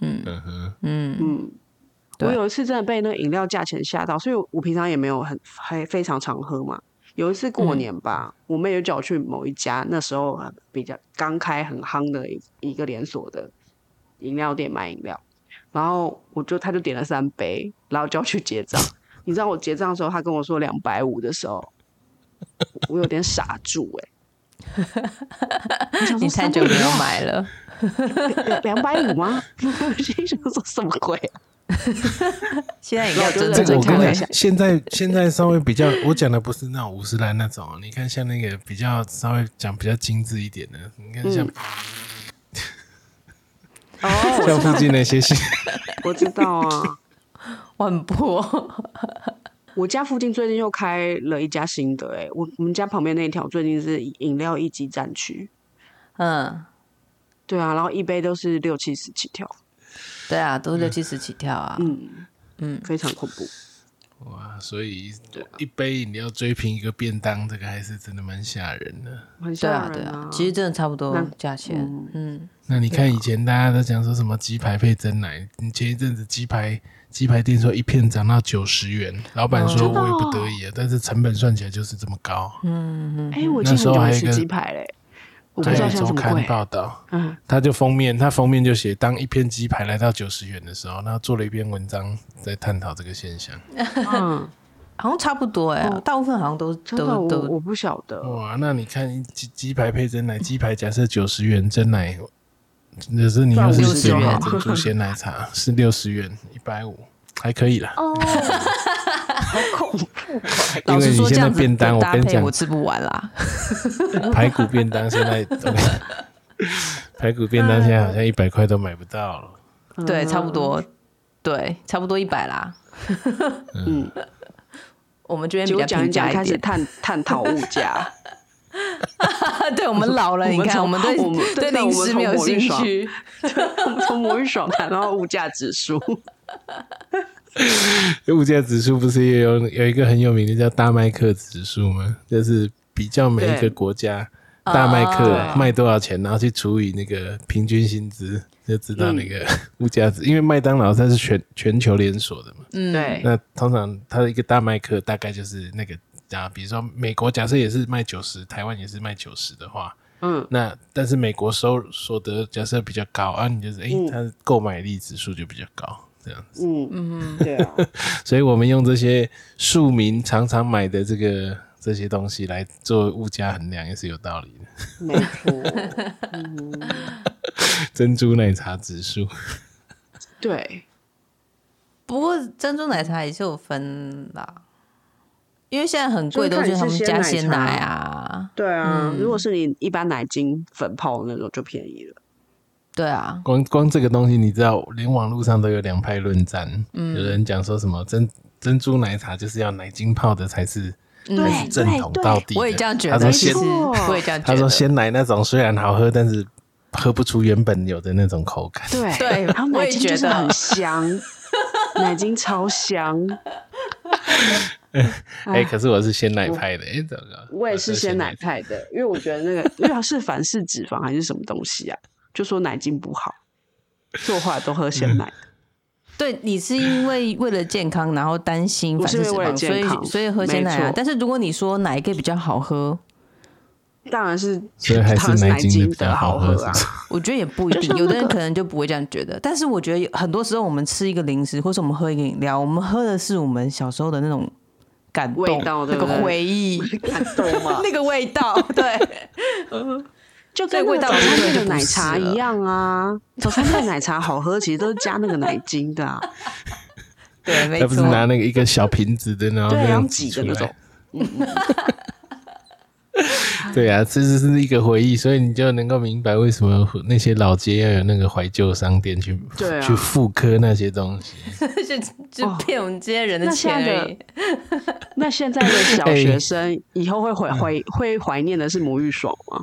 A: 嗯哼，
B: 嗯。
C: 对
B: 我有一次真的被那个饮料价钱吓到，所以我我平常也没有很还非常常喝嘛。有一次过
C: 嗯
B: 年吧，我妹有叫我去某一家那时候比较刚开很夯的一一个连锁的饮料店买饮料，然后我就她就点了三杯，然后就要去结账。你知道我结账的时候，她跟我说两百五的时候，我我有点傻住欸哎、欸。我想说
C: 你太久没有买了。
B: (laughs) 两百五吗？我心想说什么鬼、啊？
C: 现在饮料真
B: 对
C: 的
A: 这个
B: 对
A: 我
B: 对
A: 跟
B: 对
A: 你
B: 对
A: 讲，现在现在稍微比较，我讲的不是那种五十兰那种哦，你看像那个比较稍微讲比较精致一点的，你看
B: 嗯
A: 像
B: 哦，
A: 像附近那些
B: (laughs)
A: 新，
B: 我知道 (laughs) 啊，
C: 我很破，
B: 我家附近最近又开了一家新的、欸，哎，我我们家旁边那一条最近是饮料一级战区，
C: (laughs) 嗯，
B: 对啊，然后一杯都是六七十起跳，嗯
C: 对啊，都是六七十起跳啊，
B: 嗯嗯，非常恐怖，
A: 哇，啊所以
B: 啊
A: 一杯饮料追平一个便当，这个还是真的蛮吓人的。
B: 很
C: 对
B: 吓
C: 啊，
B: 人
C: 对啊，其实真的差不多价钱，嗯，
A: 那你看以前大家都讲说什么鸡排配蒸奶，你前一阵子鸡排鸡排店说一片涨到九十元，老板说
B: 真的
A: 我
B: 哦
A: 也不得已啊，但是成本算起来就是这么高。
C: 嗯
B: 哎，我
A: 那
B: 记得
A: 时
B: 很
A: 候
B: 久
A: 还
B: 没
A: 有一
B: 吃
A: 个
B: 鸡排嘞，我不
A: 对
B: 知道，现在
A: 周
B: 这么
A: 刊
B: 贵。
A: 报道，
B: 嗯，
A: 他就封面，他封面就写当一片鸡排来到九十元的时候，那做了一篇文章在探讨这个现象。
B: 嗯，
C: 好像差不多哎、大部分好像都
B: 真的，
C: 都
B: 我
C: 都
B: 我不晓得。
A: 哇，那你看鸡鸡排配真奶，鸡排假设九十元真奶，可是你又是
C: 赚
A: 水
C: 50
A: 果
C: 元
A: 珍珠鲜奶茶是六十元，一百五还可以啦。
B: 哦，好恐怖！
A: (laughs) 因
C: 老
A: 为
C: 实
A: 你
C: 说，这
A: 现在
C: 样子
A: 便当，
C: 的搭
A: 我跟你
C: 配
A: 讲
C: 我，吃不完啦。
A: 排骨便当现在， (laughs) 排骨便当现在好像一百块都买不到了。
C: (laughs) 对，差不多，对，差不多一百啦。
B: 嗯，
C: 我们这边
B: 结
C: 比
B: 果
C: 较
B: 讲一
C: 平
B: 讲
C: 价
B: 开
C: 一
B: 始
C: 点。
B: 探探讨物
C: (laughs)
B: 价，
C: 对，我们
B: (laughs)
C: 老了，
B: 我
C: 你
B: 们
C: 看，
B: 从
C: 我们对
B: 我们真
C: 对
B: 的
C: 零
B: 我们
C: 食
B: 从
C: 没有
B: 某日
C: 兴
B: 爽
C: 趣。
B: 从魔芋爽谈到物价指数，
A: 物价指数不是也有有一个很有名的叫大麦克指数吗？就是比较每一个
B: 对
A: 国家大麦克
B: 哦
C: 啊
A: 卖多少钱，然后去除以那个平均薪资，就知道那个
B: 嗯
A: (laughs) 物价值。因为麦当劳它是全全球连锁的嘛，
C: 嗯
B: 对，
A: 那通常它的一个大麦克大概就是那个啊，比如说美国假设也是卖九十，台湾也是卖九十的话，
B: 嗯，
A: 那但是美国收所得假设比较高啊，你就是哎、诶它的购买力指数就比较高，这样子。
B: 嗯嗯，对啊，
A: 所以我们用这些庶民常常买的这个这些东西来做物价衡量，也是有道理的。
B: 没错，
A: 珍珠奶茶指数，
B: (laughs)
A: (laughs)
B: 对，
C: 不过珍珠奶茶也是有分啦，因为现在很贵，
B: 就是
C: 都
B: 看你
C: 是
B: 是
C: 他
B: 鲜奶
C: 们加鲜
B: 茶
C: 奶啊。
B: 对啊，
A: 嗯
B: 如果是你一般奶精粉泡的那种就便宜了，
C: 对啊，
A: 光光这个东西，你知道，连网络上都有两派论战。有人讲说什么珍珍珠奶茶就是要奶精泡的才是
C: 嗯
A: 才是正统到底的，
C: 我也这样觉
A: 他说
C: 得，其
A: 鲜
C: 实
B: 鲜
C: 我也这样觉
A: 他
C: 得。
A: 说鲜奶那种虽然好喝，但是喝不出原本有的那种口感。
B: 对
C: 对
B: 然后
C: 我
B: 哎奶
C: 也
B: 精
C: 觉
B: 就是
C: 得
B: 很香，奶精超
A: (laughs)
B: 香，
A: 哎、可是我是鲜奶派的，哎、糟糕，
B: 我也是鲜奶派的，因为我觉得那个，因为它是反式脂肪还是什么东西啊，就说奶精不好，做坏都喝鲜奶。
C: 对你是因为为了健康，然后担心
B: 我
C: 反
B: 是
C: 式脂
B: 因为为了
C: 肪，所
B: 健
C: 以
B: 康
C: 所以喝鲜奶
B: 没
C: 啊
B: 错。
C: 但是如果你说哪一个比较好喝，
B: 当然是，
A: 嗯所以还
B: 当然
A: 是
B: 是
A: 奶
B: 奶
A: 精的
B: 精
A: 比较好
B: 好
A: 喝，
B: 啊
A: 是不。
B: (laughs)
A: 是
C: 我觉得也不一
B: 就
C: 定，
B: 像
C: 有的
B: 那
C: 人
B: 个
C: 可能就不会这样觉得。但是我觉得有很多时候我们吃一个零食，或是我们喝一个饮料，我们喝的是我们小时候的那种感动、
B: 味道对
C: 那
B: 不
C: 个
B: 对 (laughs)
C: 回忆、
B: 感动嘛
C: 那个味道， (laughs) 对。
B: 就跟那
C: 味
B: 个
C: 道
B: 早
C: 不
B: 餐
C: 对
B: 店
C: 就
B: 的
C: 不
B: 奶
C: 是
B: 茶一
C: 了
B: 样啊，早餐店的奶茶好喝，其实都是加那个奶精的啊，
C: 对，没
A: 他不是
C: 错。 (laughs)
A: 拿那个一个小瓶子的，然后这
B: 对，然后
A: 样
B: 挤
A: 挤出
B: 的那
A: 来。
B: 种。嗯
A: (laughs) 对啊，这就是一个回忆，所以你就能够明白为什么那些老街要有那个怀旧商店去、
B: 对啊
A: 去复刻那些东西。
C: 就就骗我们这些人的
B: 那
C: 钱
B: 现在
C: 而
B: 的
C: 已。
B: 那现在的
A: (laughs)
B: 小
A: 哎嗯
B: 学生以后会怀怀会怀念的是母芋爽吗？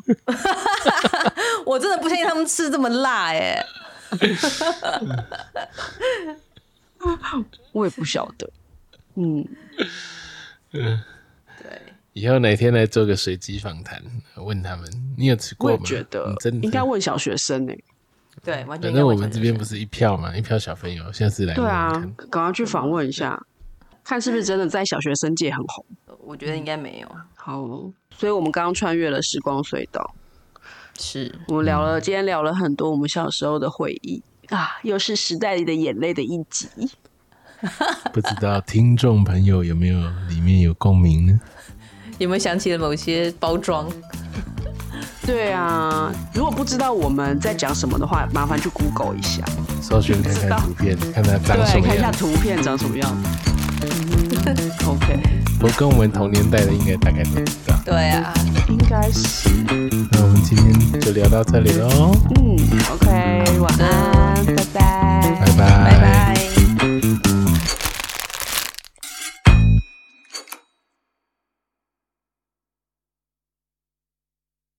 C: 我真的不相信他们吃这么辣哎、
B: 我也不晓得。嗯，
A: 以后哪天来做个随机访谈，问他们，你有吃
B: 我
A: 过
B: 也
A: 吗？
B: 觉得
A: 你真的
B: 应该问小学生哎、
C: 对，完全
A: 反
C: 应该
A: 正我
C: 会传
A: 们
C: 给
A: 这
C: 学
A: 边
C: 生
A: 不是一票嘛，一票小朋友，下次来问
B: 对
A: 问
B: 啊
A: 哎看。，
B: 赶快去访问一下，看是不是真的在小学生界很红。
C: 我觉得应该没有。
B: 好，所以我们刚刚穿越了时光隧道，
C: 是，
B: 我们聊
A: 嗯
B: 了、今天聊了很多我们小时候的回忆啊，又是时代里的眼泪的一集。
A: 不知道听众朋友有没有里面有共鸣呢？
C: 有没有想起了某些包装？
B: 对啊，如果不知道我们在讲什么的话，麻烦去 Google 一下，
A: 搜寻看看图片，看它长什
B: 对，
A: 么
B: 看一下
A: 样子。嗯
B: 图片长什么样子。OK， (laughs)
A: 不过跟我们同年代的应该大概都知道。
C: 对啊，
B: 应该是
A: 那我们今天就聊到这里喽。
B: 嗯，OK，晚安，拜
A: 哎
B: 拜。